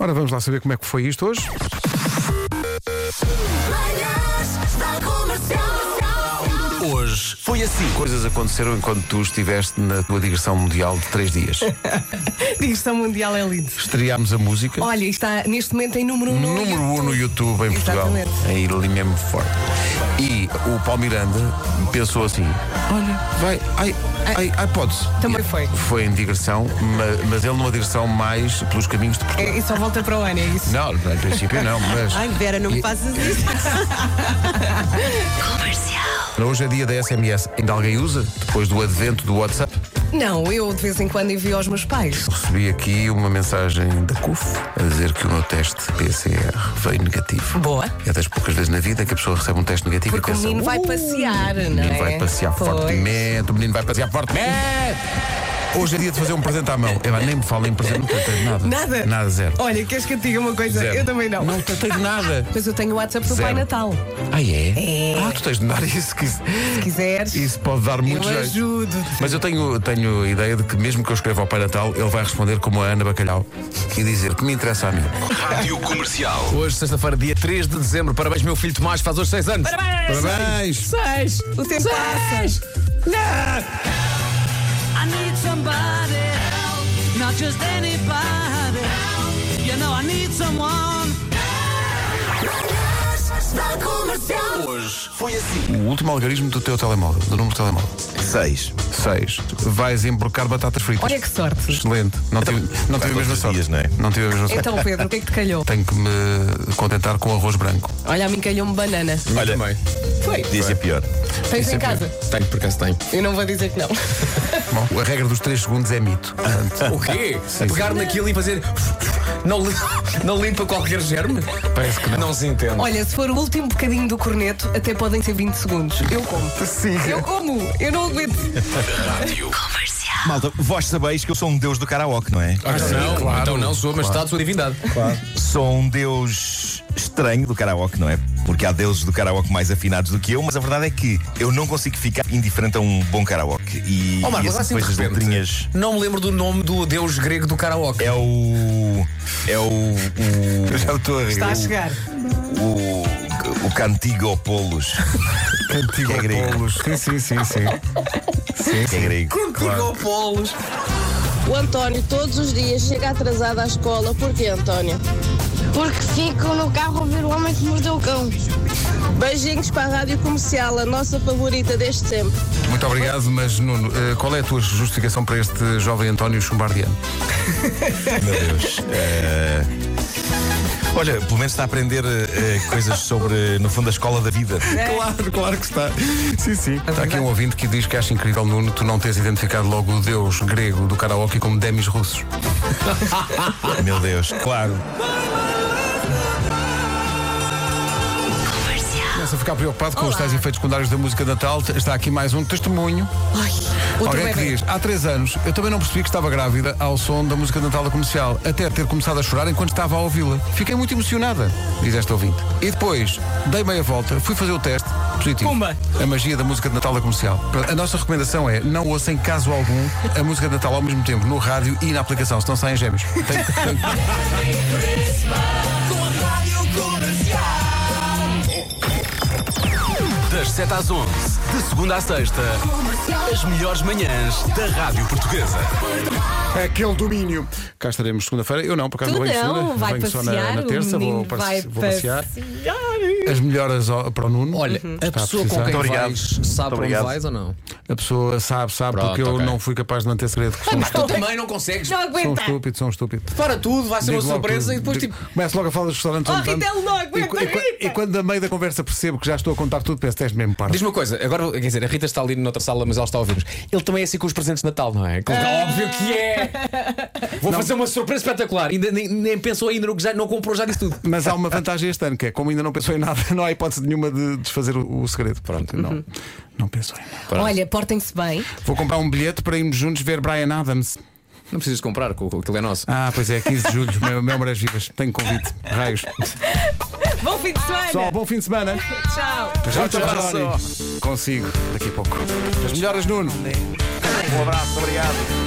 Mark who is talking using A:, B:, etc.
A: Ora, vamos lá saber como é que foi isto hoje.
B: Manhãs da Comercial.
C: Hoje foi assim.
D: Coisas aconteceram enquanto tu estiveste na tua digressão mundial de três dias.
E: Digressão Mundial é lindo.
D: Estreámos a música,
E: Olha, está neste momento em número 1 no
D: número um no YouTube em Portugal,
E: Exatamente.
D: em Linha-me Forte. E o Paulo Miranda pensou assim: olha, vai, ai, ai, ai pode
E: Também foi.
D: Foi em digressão, ma- mas ele numa digressão mais pelos caminhos de Portugal.
E: É, E só volta para o ano, é isso?
D: Não, em princípio não, mas.
F: Ai, Vera, não me faças isso.
D: Hoje é dia da SMS. Ainda alguém usa? Depois do advento do WhatsApp,
E: Não, eu de vez em quando envio aos meus pais.
D: recebi aqui uma mensagem da CUF a dizer que o meu teste PCR veio negativo.
E: Boa.
D: É das poucas vezes na vida que a pessoa recebe um teste negativo
E: Porque
D: e
E: o
D: pensa.
E: menino vai
D: "Uh,
E: passear,
D: O
E: não
D: menino
E: é?
D: vai passear
E: Pois.
D: fortemente, o menino vai passear fortemente. Hoje é dia de fazer um presente à mão. Ela nem me fala em presente, nunca tenho nada.
E: Nada?
D: Nada, zero.
E: Olha, queres que eu te diga uma coisa?
D: Zero.
E: Eu também não.
D: Não te- tenho nada.
E: Mas eu tenho o WhatsApp do
D: Zero.
E: Pai Natal.
D: Ah, é?
E: É.
D: Ah, tu tens de dar isso que isso,
E: Se quiseres,
D: isso pode dar muito
E: eu
D: jeito.
E: ajudo-te.
D: Mas eu tenho, tenho a ideia de que mesmo que eu escreva ao Pai Natal, ele vai responder como a Ana Bacalhau e dizer que me interessa a mim.
C: Rádio Comercial.
G: Hoje, sexta-feira, dia 3 de dezembro. Parabéns, meu filho Tomás, faz hoje 6 anos.
E: Parabéns!
D: Parabéns!
E: Seis! O tempo passa!
H: I need somebody, not just anybody. You know, I need someone.
B: Manhãs da Comercial.
C: Hoje foi assim.
D: O último algarismo do teu telemóvel, do número de telemóvel.
C: 6.
D: 6. Vais emborcar batatas fritas.
E: Olha que sorte!
D: Excelente. Não tive, não tive a mesma
C: todos os
D: sorte.
C: dias, não é?
D: Então, Não tive a mesma sorte.
E: Então, Pedro, o que é que te calhou?
D: Tenho que me contentar com arroz branco.
E: Olha, a mim calhou-me banana.
C: Olha,
E: Foi.
C: podia ser pior.
E: Tens
D: isso é
E: em casa?
G: Tenho, por acaso tenho.
E: Eu não vou dizer que não.
D: Bom, a regra dos 3 segundos é mito. Portanto,
G: O quê? Pegar naquilo e fazer. Não, li- não limpa qualquer germe? Parece que não. Não se entende.
E: Olha, se for o último bocadinho do corneto, até podem ser 20 segundos. Eu como.
D: Sim.
E: Eu como. Eu não aguento.
C: Malta, vós sabeis que eu sou um deus do karaoke, não é?
G: Ah, não, então não sou, mas está a sua divindade.
C: Sou um deus estranho do karaoke, não é? Porque há deuses do karaoke mais afinados do que eu, mas a verdade é que eu não consigo ficar indiferente a um bom karaoke. E,
G: Ó, Marco,
C: e tipo
G: agora assim,
C: depois
G: de
C: as
G: repente,
C: letrinhas.
G: Não me lembro do nome do deus grego do karaoke.
C: É o. É o. o-
D: já estou a rir.
E: Está a chegar.
C: o, o Cantigo Polos,
D: Antigo
C: Que é grego.
D: bolos. Sim, sim, sim, sim. Sim,
C: que é
D: sim.
C: grego.
I: O António todos os dias chega atrasado à escola. Porquê, António? Porque fico no carro a ouvir o homem que mordeu o cão. Beijinhos para a Rádio Comercial, a nossa favorita deste tempo.
D: Muito obrigado, mas Nuno, eh, qual é a tua justificação para este jovem António Chumbardiano?
C: Meu Deus. Eh, Olha, pelo menos está a aprender eh, coisas sobre, no fundo, a escola da vida.
D: Claro, claro que está. Sim, sim. Está aqui um ouvinte que diz que acha incrível, Nuno, tu não teres identificado logo o deus grego do karaoke como demis russos.
C: Meu Deus, claro.
D: Começa a ficar preocupado com os tais efeitos secundários da música de Natal. Está aqui mais um testemunho.
E: Outro
D: Alguém que
E: bebê.
D: diz, há três anos eu também não percebi que estava grávida ao som da música de Natal da comercial, até ter começado a chorar enquanto estava a ouvi-la. Fiquei muito emocionada, diz esta ouvinte. E depois, dei meia volta, fui fazer o teste, positivo.
E: Pumba.
D: A magia da música de Natal da comercial. Portanto, A nossa recomendação é não ouça em caso algum a música de Natal ao mesmo tempo, no rádio e na aplicação, senão saem gêmeos. Tem- tem-
G: Das 7 às 11, de segunda à sexta, as melhores manhãs da Rádio Portuguesa.
D: Aquele domínio. Cá estaremos segunda-feira. Eu não, por acaso
E: Tu
D: não venho
E: não,
D: segunda.
E: vai
D: venho só na,
E: passear,
D: na
E: o
D: terça, vou,
E: menino
D: passe-
E: vai
D: vou passear. As melhoras ao- para o Nuno.
G: Olha, a
D: Uhum. Está
G: pessoa com
D: precisar.
G: quem
D: Muito
G: vais sabe para onde
C: obrigado.
G: vais ou não?
D: A pessoa sabe, sabe,
G: Pronto,
D: porque eu
G: ok.
D: não fui capaz de manter segredo. Sou, um
G: Mas tu também não consegues.
E: Não
D: sou um
E: aguenta.
D: estúpido, sou um estúpido.
G: Para tudo, vai ser uma
D: Digo logo
G: surpresa
D: tudo.
G: e depois
D: Digo-
G: tipo.
D: Começo logo a falar dos restaurantes.
E: Oh,
D: onde
E: Rita,
D: vamos.
E: logo,
D: e,
E: aguenta,
D: e- e-
E: Rita.
D: e quando a meio da conversa percebo que já estou a contar tudo, peço 10 mesmo parte.
G: Diz-me uma coisa, agora quer dizer, a Rita está ali noutra sala, mas ela está a ouvir-nos. Ele também é assim com os presentes de Natal, não é? Com- Óbvio que é! Vou fazer uma surpresa espetacular. Ainda nem, nem pensou ainda no que já não comprou, já disse tudo.
D: Mas há uma vantagem este ano, que é como ainda não pensou em nada, não há hipótese nenhuma de desfazer o, o segredo. Pronto,
G: Uhum.
D: não, não pensou em nada.
E: Olha, portem-se bem.
D: Vou comprar um bilhete para irmos juntos ver Brian Adams.
G: Não precisas comprar, com- com- aquilo é nosso.
D: Ah, pois é, 15 de julho, meu, meu Marés Vivas. Tenho convite. Raios.
E: Bom fim de semana.
D: Pessoal, bom fim de semana.
E: Tchau.
D: Tchau, tchau, Johnny. Consigo, daqui a pouco. As melhoras, Nuno.
C: Um abraço, obrigado.